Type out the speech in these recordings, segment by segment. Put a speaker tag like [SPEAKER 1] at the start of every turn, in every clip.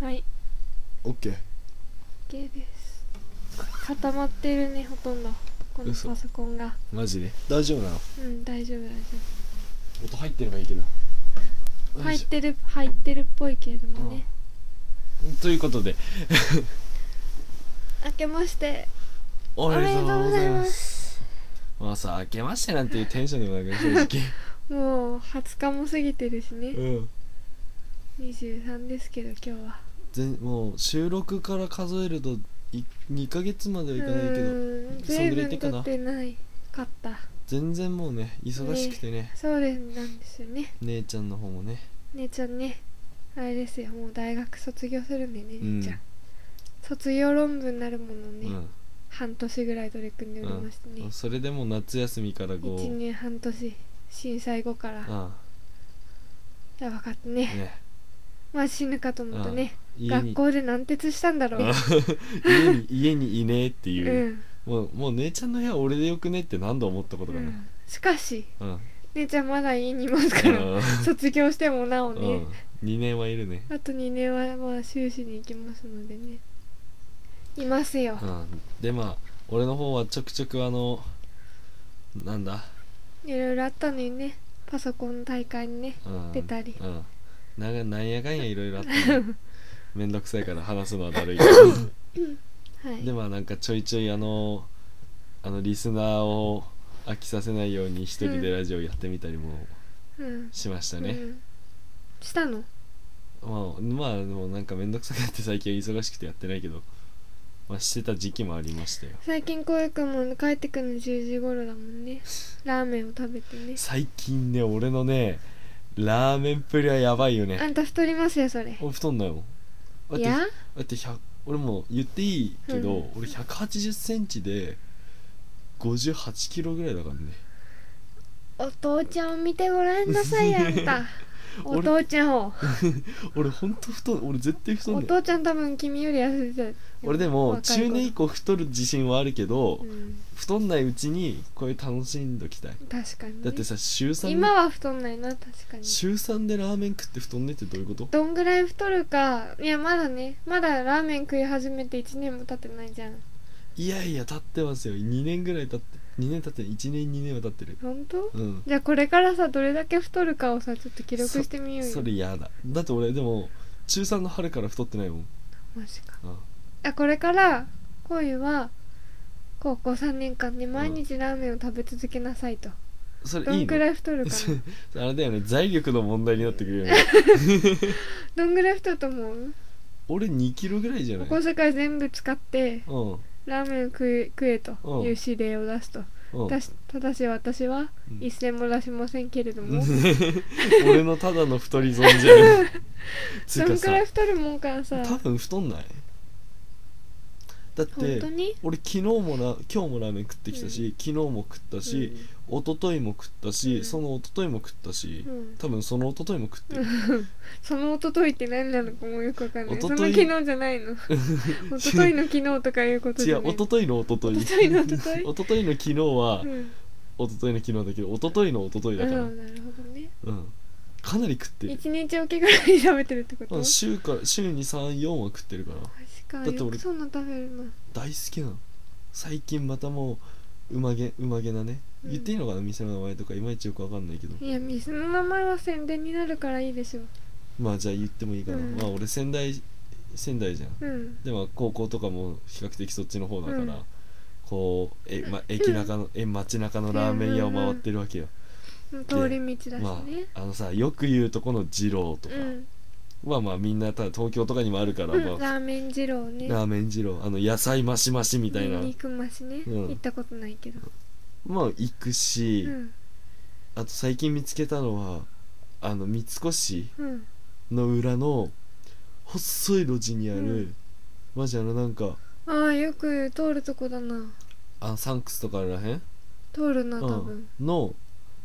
[SPEAKER 1] はい
[SPEAKER 2] オッケー
[SPEAKER 1] OK です固まってるねほとんどこの
[SPEAKER 2] 嘘
[SPEAKER 1] パソコンが
[SPEAKER 2] マジで大丈夫なの
[SPEAKER 1] うん大丈夫大丈
[SPEAKER 2] 音入ってればいいけど
[SPEAKER 1] 夫入ってる入ってるっぽいけれどもね
[SPEAKER 2] ということで
[SPEAKER 1] 明けまして
[SPEAKER 2] お
[SPEAKER 1] お
[SPEAKER 2] め
[SPEAKER 1] め
[SPEAKER 2] で
[SPEAKER 1] でと
[SPEAKER 2] とう
[SPEAKER 1] う
[SPEAKER 2] ご
[SPEAKER 1] ご
[SPEAKER 2] ざ
[SPEAKER 1] ざ
[SPEAKER 2] い
[SPEAKER 1] い
[SPEAKER 2] ま
[SPEAKER 1] ますす
[SPEAKER 2] まあさ明けましてなんていうテンションでもなくな正
[SPEAKER 1] もう20日も過ぎてるしね
[SPEAKER 2] 直 うん
[SPEAKER 1] 23ですけど今日は
[SPEAKER 2] 全もう収録から数えるとい2ヶ月まで
[SPEAKER 1] う
[SPEAKER 2] はいかないけど
[SPEAKER 1] ーん
[SPEAKER 2] そん
[SPEAKER 1] 随
[SPEAKER 2] ぐらいで
[SPEAKER 1] 分
[SPEAKER 2] いいか
[SPEAKER 1] 撮
[SPEAKER 2] な
[SPEAKER 1] ってないかった
[SPEAKER 2] 全然もうね忙しくてね
[SPEAKER 1] そうですなんですよね
[SPEAKER 2] 姉ちゃんの方もね
[SPEAKER 1] 姉ちゃんねあれですよもう大学卒業するんでね
[SPEAKER 2] うん
[SPEAKER 1] 姉ちゃん、卒業論文になるものをね、
[SPEAKER 2] うん
[SPEAKER 1] 半年ぐらい取り組んでおりましてね、
[SPEAKER 2] うんそれでもう夏休みからこ
[SPEAKER 1] 1
[SPEAKER 2] う
[SPEAKER 1] 年半年震災後から
[SPEAKER 2] あ
[SPEAKER 1] やばかった
[SPEAKER 2] あ
[SPEAKER 1] ね
[SPEAKER 2] ね
[SPEAKER 1] まあ死ぬかと思ったね
[SPEAKER 2] 家
[SPEAKER 1] 学
[SPEAKER 2] に
[SPEAKER 1] 校で軟鉄したんだろう
[SPEAKER 2] あ 家に家にいねえって
[SPEAKER 1] う
[SPEAKER 2] いう、
[SPEAKER 1] ん、
[SPEAKER 2] もうもう姉ちゃんの部屋俺でよくねって何度思ったこと
[SPEAKER 1] う
[SPEAKER 2] かな、
[SPEAKER 1] ん、しかし
[SPEAKER 2] うんうん
[SPEAKER 1] 姉ちゃんまだ家にいますから卒業してもなお
[SPEAKER 2] う
[SPEAKER 1] ね、
[SPEAKER 2] ん、2年はいるね、
[SPEAKER 1] あと2年はまあ修士に行きますのでねいますよ
[SPEAKER 2] うん、でまあ俺の方はちょくちょくあのなんだ、
[SPEAKER 1] いろいろあったのにねパソコンの大会にね
[SPEAKER 2] うん、
[SPEAKER 1] 出たり
[SPEAKER 2] うん、なんかなんやかんやいろいろ あった、ね、めんどくさいから話すのはだるいけど
[SPEAKER 1] はい
[SPEAKER 2] でまあなんかちょいちょいあのあのリスナーを飽きさせないように一人でラジオやってみたりも
[SPEAKER 1] うん
[SPEAKER 2] しました
[SPEAKER 1] う
[SPEAKER 2] ね、
[SPEAKER 1] ん、したの
[SPEAKER 2] まあまあでもなんかめんどくさくなって最近は忙しくてやってないけどまあしてた時期もありましたよ
[SPEAKER 1] 最近こういうくんも帰ってくるの10時頃だもんねラーメンを食べてね
[SPEAKER 2] 最近ね俺のねラーメンプリはやばいよ
[SPEAKER 1] あ
[SPEAKER 2] ね
[SPEAKER 1] んた太りますよそれ
[SPEAKER 2] 俺太んないもんだっ
[SPEAKER 1] い
[SPEAKER 2] て
[SPEAKER 1] や
[SPEAKER 2] だって100俺もう言っていいけど、
[SPEAKER 1] う
[SPEAKER 2] 俺1 8 0ンチで5 8キロぐらいだからね
[SPEAKER 1] お父ちゃんを見てごらんなさいあんた
[SPEAKER 2] 俺
[SPEAKER 1] お父ちゃんを
[SPEAKER 2] 俺ほんと太ん俺絶対太
[SPEAKER 1] お
[SPEAKER 2] んない
[SPEAKER 1] 父ちゃん多分君より痩せてた
[SPEAKER 2] 俺でも
[SPEAKER 1] 若い頃
[SPEAKER 2] 中年以降太る自信はあるけど、
[SPEAKER 1] うん
[SPEAKER 2] 太んないうちにこういう楽しんどきたい
[SPEAKER 1] 確かに、ね、
[SPEAKER 2] だってさ週3
[SPEAKER 1] 今は太んないな確かに
[SPEAKER 2] 週3でラーメン食って太んねってどういうこと
[SPEAKER 1] どんぐらい太るかいやまだねまだラーメン食い始めて1年も経ってないじゃん
[SPEAKER 2] いやいや経ってますよ2年ぐらい経って2年経って1年2年は経ってる
[SPEAKER 1] 本当
[SPEAKER 2] うん
[SPEAKER 1] じゃあこれからさどれだけ太るかをさちょっと記録してみようよ
[SPEAKER 2] それ嫌だだって俺でも中3の春から太ってないもん
[SPEAKER 1] マジか
[SPEAKER 2] あ
[SPEAKER 1] あこれから恋は高校3年間ね毎日ラーメンを食べ続けなさいと、
[SPEAKER 2] そ
[SPEAKER 1] ど
[SPEAKER 2] れいい
[SPEAKER 1] んく
[SPEAKER 2] の
[SPEAKER 1] らい太るかな
[SPEAKER 2] あれだよね財力の問題になって くるよね
[SPEAKER 1] どんぐらい太ると思う
[SPEAKER 2] 俺2キロぐらいじゃな
[SPEAKER 1] お
[SPEAKER 2] い
[SPEAKER 1] 小遣い全部使って
[SPEAKER 2] うん
[SPEAKER 1] ラーメンを食え食えという指令を出すと
[SPEAKER 2] うん
[SPEAKER 1] たしただし私は
[SPEAKER 2] うん
[SPEAKER 1] 一銭も出しませんけれど も、
[SPEAKER 2] 俺のただの太り損じゃ ないつ
[SPEAKER 1] ど
[SPEAKER 2] うんか
[SPEAKER 1] く
[SPEAKER 2] さ
[SPEAKER 1] らい太るもんかさ
[SPEAKER 2] 多分太んないだっ
[SPEAKER 1] 本
[SPEAKER 2] て
[SPEAKER 1] 当に
[SPEAKER 2] 俺昨日もな今日もラーメン食ってきた
[SPEAKER 1] う
[SPEAKER 2] し、
[SPEAKER 1] ん
[SPEAKER 2] 昨日も食ったし、一昨日も食ったし、
[SPEAKER 1] うん
[SPEAKER 2] その一昨日も食ったし、
[SPEAKER 1] うん
[SPEAKER 2] 多分その一昨日も食ってる、
[SPEAKER 1] その一昨日って何なのかもよくわかんない
[SPEAKER 2] 一
[SPEAKER 1] そ
[SPEAKER 2] 昨
[SPEAKER 1] の
[SPEAKER 2] 日
[SPEAKER 1] 昨日じゃない の一昨日の昨日とかいうこと
[SPEAKER 2] 違
[SPEAKER 1] じゃ
[SPEAKER 2] う
[SPEAKER 1] ない
[SPEAKER 2] 一昨日の一昨日
[SPEAKER 1] 一昨日の一昨日
[SPEAKER 2] 一昨日の昨日は、
[SPEAKER 1] うん
[SPEAKER 2] 一昨日の昨日だけど一昨日の一昨日
[SPEAKER 1] あ
[SPEAKER 2] だ
[SPEAKER 1] あ
[SPEAKER 2] か
[SPEAKER 1] なる
[SPEAKER 2] ら、
[SPEAKER 1] ほどね
[SPEAKER 2] うん、かなり食ってる、
[SPEAKER 1] 一日おきぐらい食べてるってこと
[SPEAKER 2] うん、
[SPEAKER 1] 確
[SPEAKER 2] 週から週に34は食ってるから
[SPEAKER 1] か
[SPEAKER 2] だって俺
[SPEAKER 1] よくそんな食べるな
[SPEAKER 2] 大好きなの最近またもううまげうまげなね、
[SPEAKER 1] うん
[SPEAKER 2] 言っていいのかな店の名前とかいまいちよくわかんないけど
[SPEAKER 1] いや店の名前は宣伝になるからいいでしょ
[SPEAKER 2] まあじゃあ言ってもいいかな、
[SPEAKER 1] うん
[SPEAKER 2] まあ俺仙台仙台じゃん
[SPEAKER 1] うん
[SPEAKER 2] でも高校とかも比較的そっちの方だから、
[SPEAKER 1] うん
[SPEAKER 2] こうえ、ま、駅中のえ街中のラーメン屋を回ってるわけよ、
[SPEAKER 1] 通り道だし
[SPEAKER 2] ま
[SPEAKER 1] ね、
[SPEAKER 2] ああのさよく言うとこの二郎とか、
[SPEAKER 1] うん、
[SPEAKER 2] はまあみんなただ東京とかにもあるから、
[SPEAKER 1] うん、
[SPEAKER 2] ま
[SPEAKER 1] ラ
[SPEAKER 2] あ、
[SPEAKER 1] ーメン二郎ね
[SPEAKER 2] ラーメン二郎あの野菜増し増しみたいな、
[SPEAKER 1] 肉増しね、
[SPEAKER 2] うん
[SPEAKER 1] 行ったことないけど
[SPEAKER 2] まあ行くし、
[SPEAKER 1] うん
[SPEAKER 2] あと最近見つけたのはあの三越
[SPEAKER 1] うん
[SPEAKER 2] の裏の細い路地にある、
[SPEAKER 1] うん
[SPEAKER 2] マジあのなんか
[SPEAKER 1] ああよく通るとこだな
[SPEAKER 2] あサンクスとからへん、
[SPEAKER 1] 通るな
[SPEAKER 2] う
[SPEAKER 1] 多
[SPEAKER 2] ん
[SPEAKER 1] 分、
[SPEAKER 2] の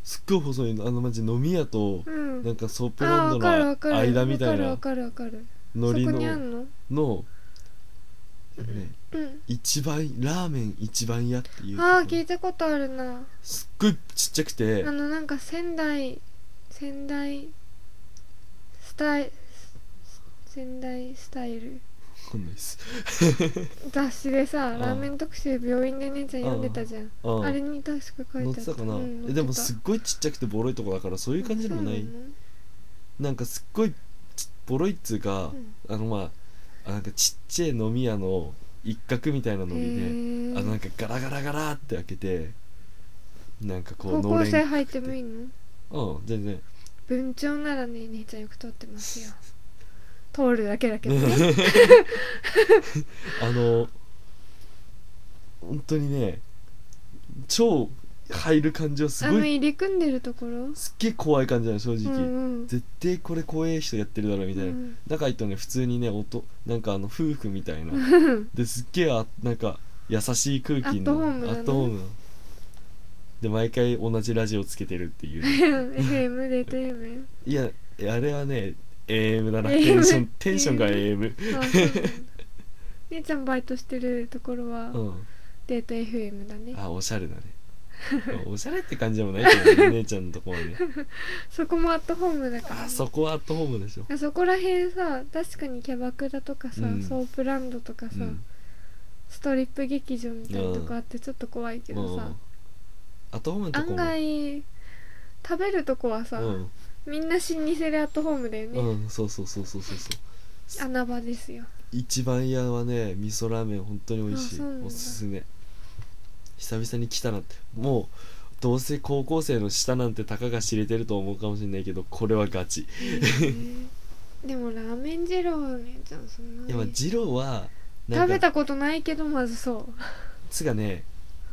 [SPEAKER 2] すっごい細いのあのマジ飲み屋と、
[SPEAKER 1] うん、
[SPEAKER 2] なんかソープ
[SPEAKER 1] あ
[SPEAKER 2] ラ
[SPEAKER 1] あ
[SPEAKER 2] ンド
[SPEAKER 1] わかる
[SPEAKER 2] の
[SPEAKER 1] わかる
[SPEAKER 2] 間みたい
[SPEAKER 1] わ
[SPEAKER 2] な
[SPEAKER 1] かるわかるわかる
[SPEAKER 2] ノリ
[SPEAKER 1] そこにあ
[SPEAKER 2] の
[SPEAKER 1] んの
[SPEAKER 2] の、ね、
[SPEAKER 1] うん
[SPEAKER 2] 一番ラーメン一番屋っていうとこ
[SPEAKER 1] ああ聞いたことあるな
[SPEAKER 2] すっごいちっちゃくて
[SPEAKER 1] あのなんか仙台仙台スタイス仙台スタイル
[SPEAKER 2] かんないっす
[SPEAKER 1] 雑誌でさ
[SPEAKER 2] うん
[SPEAKER 1] ラーメン特集病院で姉ちゃん読んでたじゃん
[SPEAKER 2] あ
[SPEAKER 1] あれに確か書い
[SPEAKER 2] 乗って
[SPEAKER 1] あ
[SPEAKER 2] てたかな、
[SPEAKER 1] うん
[SPEAKER 2] えでも
[SPEAKER 1] 載
[SPEAKER 2] す
[SPEAKER 1] っ
[SPEAKER 2] っごいちっちゃくてボロいとこだからそうい
[SPEAKER 1] てた
[SPEAKER 2] う感じでもない
[SPEAKER 1] あ
[SPEAKER 2] なんかすっごいちボロいっつうか、あのまああなんかちっちゃい飲み屋の一角みたいな
[SPEAKER 1] そうな
[SPEAKER 2] ノ
[SPEAKER 1] の
[SPEAKER 2] リで、
[SPEAKER 1] へー
[SPEAKER 2] あのなんかガラガラガラって開けてなんかこう
[SPEAKER 1] 高校生
[SPEAKER 2] れん
[SPEAKER 1] 入ってもいいの
[SPEAKER 2] うん全然
[SPEAKER 1] 文鳥ならね姉ちゃんよく通ってますよ通るだけだ けどね
[SPEAKER 2] ねあの本当にね超入る感じはす
[SPEAKER 1] あ
[SPEAKER 2] ご
[SPEAKER 1] の
[SPEAKER 2] い
[SPEAKER 1] 入り組んでるところ
[SPEAKER 2] すっげえ怖い感じなの正
[SPEAKER 1] う
[SPEAKER 2] 直、
[SPEAKER 1] んうん
[SPEAKER 2] 絶対これ怖え人やってるだろみたいな、
[SPEAKER 1] うん
[SPEAKER 2] 中行ったらね普通にね音なんかあの夫婦みたいな
[SPEAKER 1] うん
[SPEAKER 2] ですっげえあなんか優しい空気の
[SPEAKER 1] アットホームなの
[SPEAKER 2] アットホームなので毎回同じラジオつけてるっていう
[SPEAKER 1] FM で FM
[SPEAKER 2] いやあれはね AM だな
[SPEAKER 1] AM
[SPEAKER 2] テンションテンションが AM
[SPEAKER 1] あそうなんだ姉ちゃんバイトしてるところは
[SPEAKER 2] うん
[SPEAKER 1] デート FM だね
[SPEAKER 2] あおしゃれだねおしゃれって感じでもない けどね姉ちゃんのとこはね
[SPEAKER 1] そこもアットホームだからね
[SPEAKER 2] あそこはアットホームでしょ、
[SPEAKER 1] あそこらへんさ確かにキャバクラとかさ、
[SPEAKER 2] うん
[SPEAKER 1] ソープランドとかさ、
[SPEAKER 2] うん、
[SPEAKER 1] ストリップ劇場みたいなとこあってちょっと怖いけどさ
[SPEAKER 2] も、うアットホームのと
[SPEAKER 1] 案
[SPEAKER 2] こも
[SPEAKER 1] 外食べるとこはさ、
[SPEAKER 2] うん
[SPEAKER 1] みんな老舗でアットホームだよね、
[SPEAKER 2] うん、そうそうそうそうそうそう
[SPEAKER 1] 穴場です よ
[SPEAKER 2] 一番屋はね味噌ラーメン本当に美味し
[SPEAKER 1] あ
[SPEAKER 2] い
[SPEAKER 1] そうなんだ
[SPEAKER 2] おすすめ久々に来たなってもうどうせ高校生の舌なんてたかが知れてると思うかもしれないけどこれはガチ
[SPEAKER 1] いいよねでもラーメン二郎お姉ちゃんそんなに
[SPEAKER 2] でも二郎はな
[SPEAKER 1] 食
[SPEAKER 2] ん
[SPEAKER 1] べ
[SPEAKER 2] か
[SPEAKER 1] たことないけどまずそ
[SPEAKER 2] つがね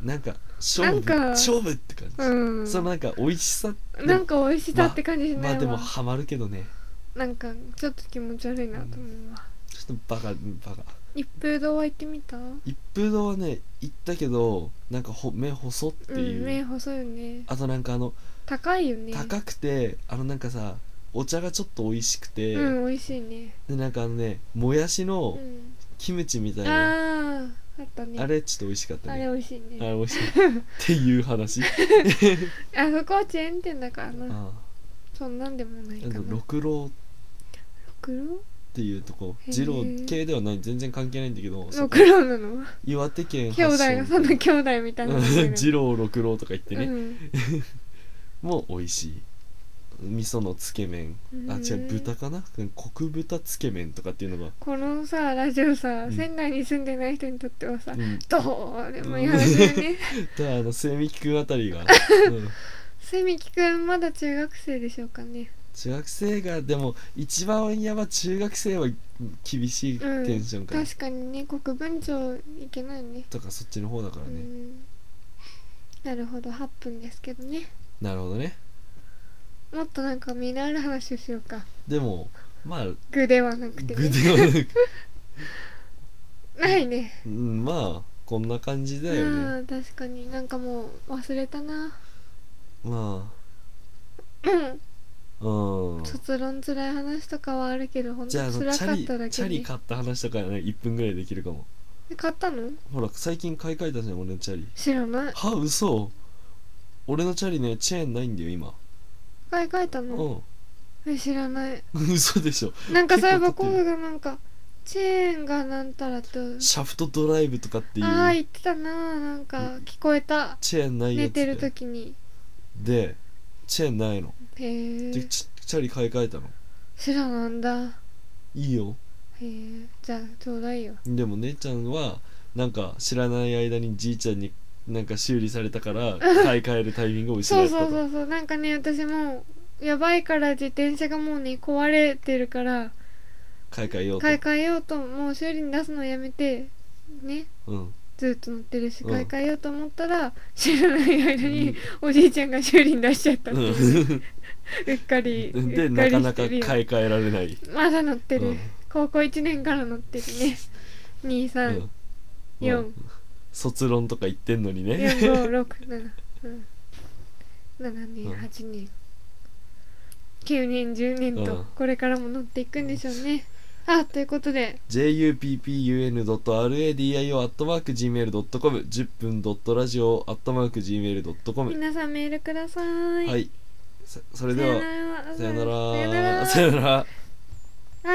[SPEAKER 2] なんか勝負
[SPEAKER 1] なんか
[SPEAKER 2] 勝負って感じ
[SPEAKER 1] う、うん
[SPEAKER 2] そのなんか美味しさでも
[SPEAKER 1] なんか美味しさって感じし
[SPEAKER 2] ま
[SPEAKER 1] な
[SPEAKER 2] あ
[SPEAKER 1] いわ、
[SPEAKER 2] でもハマるけどね
[SPEAKER 1] なんかちょっと気持ち悪いなと思うわ、
[SPEAKER 2] ちょっとバカバカ
[SPEAKER 1] 一風堂は行ってみた
[SPEAKER 2] 一風堂はね行ったけどなんかほ目細っていうう、
[SPEAKER 1] ん目細いよね
[SPEAKER 2] あとなんかあの
[SPEAKER 1] 高いよね
[SPEAKER 2] 高くてあのなんかさお茶がちょっと美味しくて、
[SPEAKER 1] うん美味しいね、
[SPEAKER 2] でなんかあのねもやし
[SPEAKER 1] う
[SPEAKER 2] の
[SPEAKER 1] ん
[SPEAKER 2] キムチみたいな、
[SPEAKER 1] あああったね
[SPEAKER 2] あれちょっと美味しかった
[SPEAKER 1] あれ
[SPEAKER 2] ね
[SPEAKER 1] 美味しい
[SPEAKER 2] あ
[SPEAKER 1] ね
[SPEAKER 2] れ美味しいってい う話あ
[SPEAKER 1] あそこはチェーン店だからな
[SPEAKER 2] あ
[SPEAKER 1] そんなんでもない
[SPEAKER 2] あ
[SPEAKER 1] かな
[SPEAKER 2] の六郎っ
[SPEAKER 1] 黒
[SPEAKER 2] ていうとこ
[SPEAKER 1] へえ
[SPEAKER 2] 二郎系ではない全然関係ないんだけどそ
[SPEAKER 1] の
[SPEAKER 2] こ
[SPEAKER 1] 黒なの
[SPEAKER 2] 岩手県
[SPEAKER 1] 兄弟がその兄弟みたいなのして
[SPEAKER 2] うん
[SPEAKER 1] る
[SPEAKER 2] 二郎六郎とか言って
[SPEAKER 1] う
[SPEAKER 2] ね、
[SPEAKER 1] ん
[SPEAKER 2] もう美味しい味噌のつけ麺あ違
[SPEAKER 1] うん
[SPEAKER 2] う豚かな黒豚つけ麺とかっていうのが
[SPEAKER 1] このさラジオさ、
[SPEAKER 2] うん
[SPEAKER 1] 仙台に住んでない人にとってはさ、
[SPEAKER 2] うん
[SPEAKER 1] どうでもいい話だよね
[SPEAKER 2] ただあの末幹くんあた りが、うん
[SPEAKER 1] せみきくんまだ中学生でしょうかね
[SPEAKER 2] 中学生がでも一番やば中学生は厳しいテ
[SPEAKER 1] うん
[SPEAKER 2] ンションから、
[SPEAKER 1] 確かにね国分町いけないね
[SPEAKER 2] とかそっちの方だから
[SPEAKER 1] う
[SPEAKER 2] ね、
[SPEAKER 1] んなるほど8分ですけどね
[SPEAKER 2] なるほどね
[SPEAKER 1] もっとなんか身のある話をしようか
[SPEAKER 2] でもまあ
[SPEAKER 1] 具ではなくて
[SPEAKER 2] 具
[SPEAKER 1] ね
[SPEAKER 2] ではなく、
[SPEAKER 1] ないね
[SPEAKER 2] うん、まあこんな感じだよね、
[SPEAKER 1] うん確かになんかもう忘れたな
[SPEAKER 2] ま
[SPEAKER 1] うん
[SPEAKER 2] あうん
[SPEAKER 1] 卒論つらい話とかはあるけど本
[SPEAKER 2] じ
[SPEAKER 1] 当
[SPEAKER 2] ゃああの
[SPEAKER 1] つら
[SPEAKER 2] チ
[SPEAKER 1] かった
[SPEAKER 2] ャ
[SPEAKER 1] だ
[SPEAKER 2] リチ
[SPEAKER 1] け
[SPEAKER 2] ャ
[SPEAKER 1] に
[SPEAKER 2] リ買った話とかね1分ぐらいできるかも
[SPEAKER 1] え買ったの
[SPEAKER 2] ほら最近買い替えたじゃん俺のチャリ
[SPEAKER 1] 知らない
[SPEAKER 2] は嘘俺のチャリねチェーンないんだよ今
[SPEAKER 1] 買い替えたの
[SPEAKER 2] う
[SPEAKER 1] え知らない
[SPEAKER 2] ん 嘘でしょ
[SPEAKER 1] なんかそういえば
[SPEAKER 2] 結構
[SPEAKER 1] コ
[SPEAKER 2] 撮っ
[SPEAKER 1] ウ
[SPEAKER 2] てる
[SPEAKER 1] がなんかチェーンがなんたらと
[SPEAKER 2] シャフトドライブとかってい
[SPEAKER 1] ああ
[SPEAKER 2] う
[SPEAKER 1] 言ってたななんか聞こえた
[SPEAKER 2] チェーンないや
[SPEAKER 1] 寝
[SPEAKER 2] つ
[SPEAKER 1] てる
[SPEAKER 2] で
[SPEAKER 1] 時に
[SPEAKER 2] でチェーンないの
[SPEAKER 1] へ
[SPEAKER 2] で
[SPEAKER 1] え
[SPEAKER 2] チチャリ買い替えたの
[SPEAKER 1] 知らなんだ
[SPEAKER 2] いいよ
[SPEAKER 1] へえじゃあちょうだいよ
[SPEAKER 2] でも姉ちゃんはなんか知らない間にじいちゃんになんか修理され たから買い替えるタイミングを失
[SPEAKER 1] そ
[SPEAKER 2] っ
[SPEAKER 1] う
[SPEAKER 2] た
[SPEAKER 1] そう
[SPEAKER 2] と
[SPEAKER 1] そうそうなんかね私もうやばいから自転車がもうね壊れてるから
[SPEAKER 2] 買い替えようと
[SPEAKER 1] 買い替えようともう修理に出すのやめてね
[SPEAKER 2] うん、
[SPEAKER 1] ずっと乗ってるし
[SPEAKER 2] うん
[SPEAKER 1] 買い替えようと思ったら、知らない間におじいちゃんが修理に出しちゃったっていう、うっかり
[SPEAKER 2] うん
[SPEAKER 1] う
[SPEAKER 2] で
[SPEAKER 1] っか
[SPEAKER 2] な
[SPEAKER 1] り
[SPEAKER 2] か
[SPEAKER 1] し
[SPEAKER 2] な
[SPEAKER 1] て
[SPEAKER 2] か
[SPEAKER 1] る
[SPEAKER 2] 買
[SPEAKER 1] よ
[SPEAKER 2] い替えられない、
[SPEAKER 1] まだ乗ってる、
[SPEAKER 2] うん
[SPEAKER 1] 高校1年から乗ってるね
[SPEAKER 2] う
[SPEAKER 1] 234567
[SPEAKER 2] んまあ卒論とか言ってんのにね
[SPEAKER 1] う ん7年
[SPEAKER 2] うん
[SPEAKER 1] 8年9年10年
[SPEAKER 2] う
[SPEAKER 1] と
[SPEAKER 2] ん
[SPEAKER 1] これからも乗っていくんでしょうね、あということで
[SPEAKER 2] juppun.radio.gmail.com 10分 .radio.gmail.com
[SPEAKER 1] 皆さんメールください、
[SPEAKER 2] はいそそれ
[SPEAKER 1] さ
[SPEAKER 2] で
[SPEAKER 1] よ
[SPEAKER 2] は
[SPEAKER 1] なら
[SPEAKER 2] さよな
[SPEAKER 1] さよな
[SPEAKER 2] ら
[SPEAKER 1] ら
[SPEAKER 2] さよなら
[SPEAKER 1] あ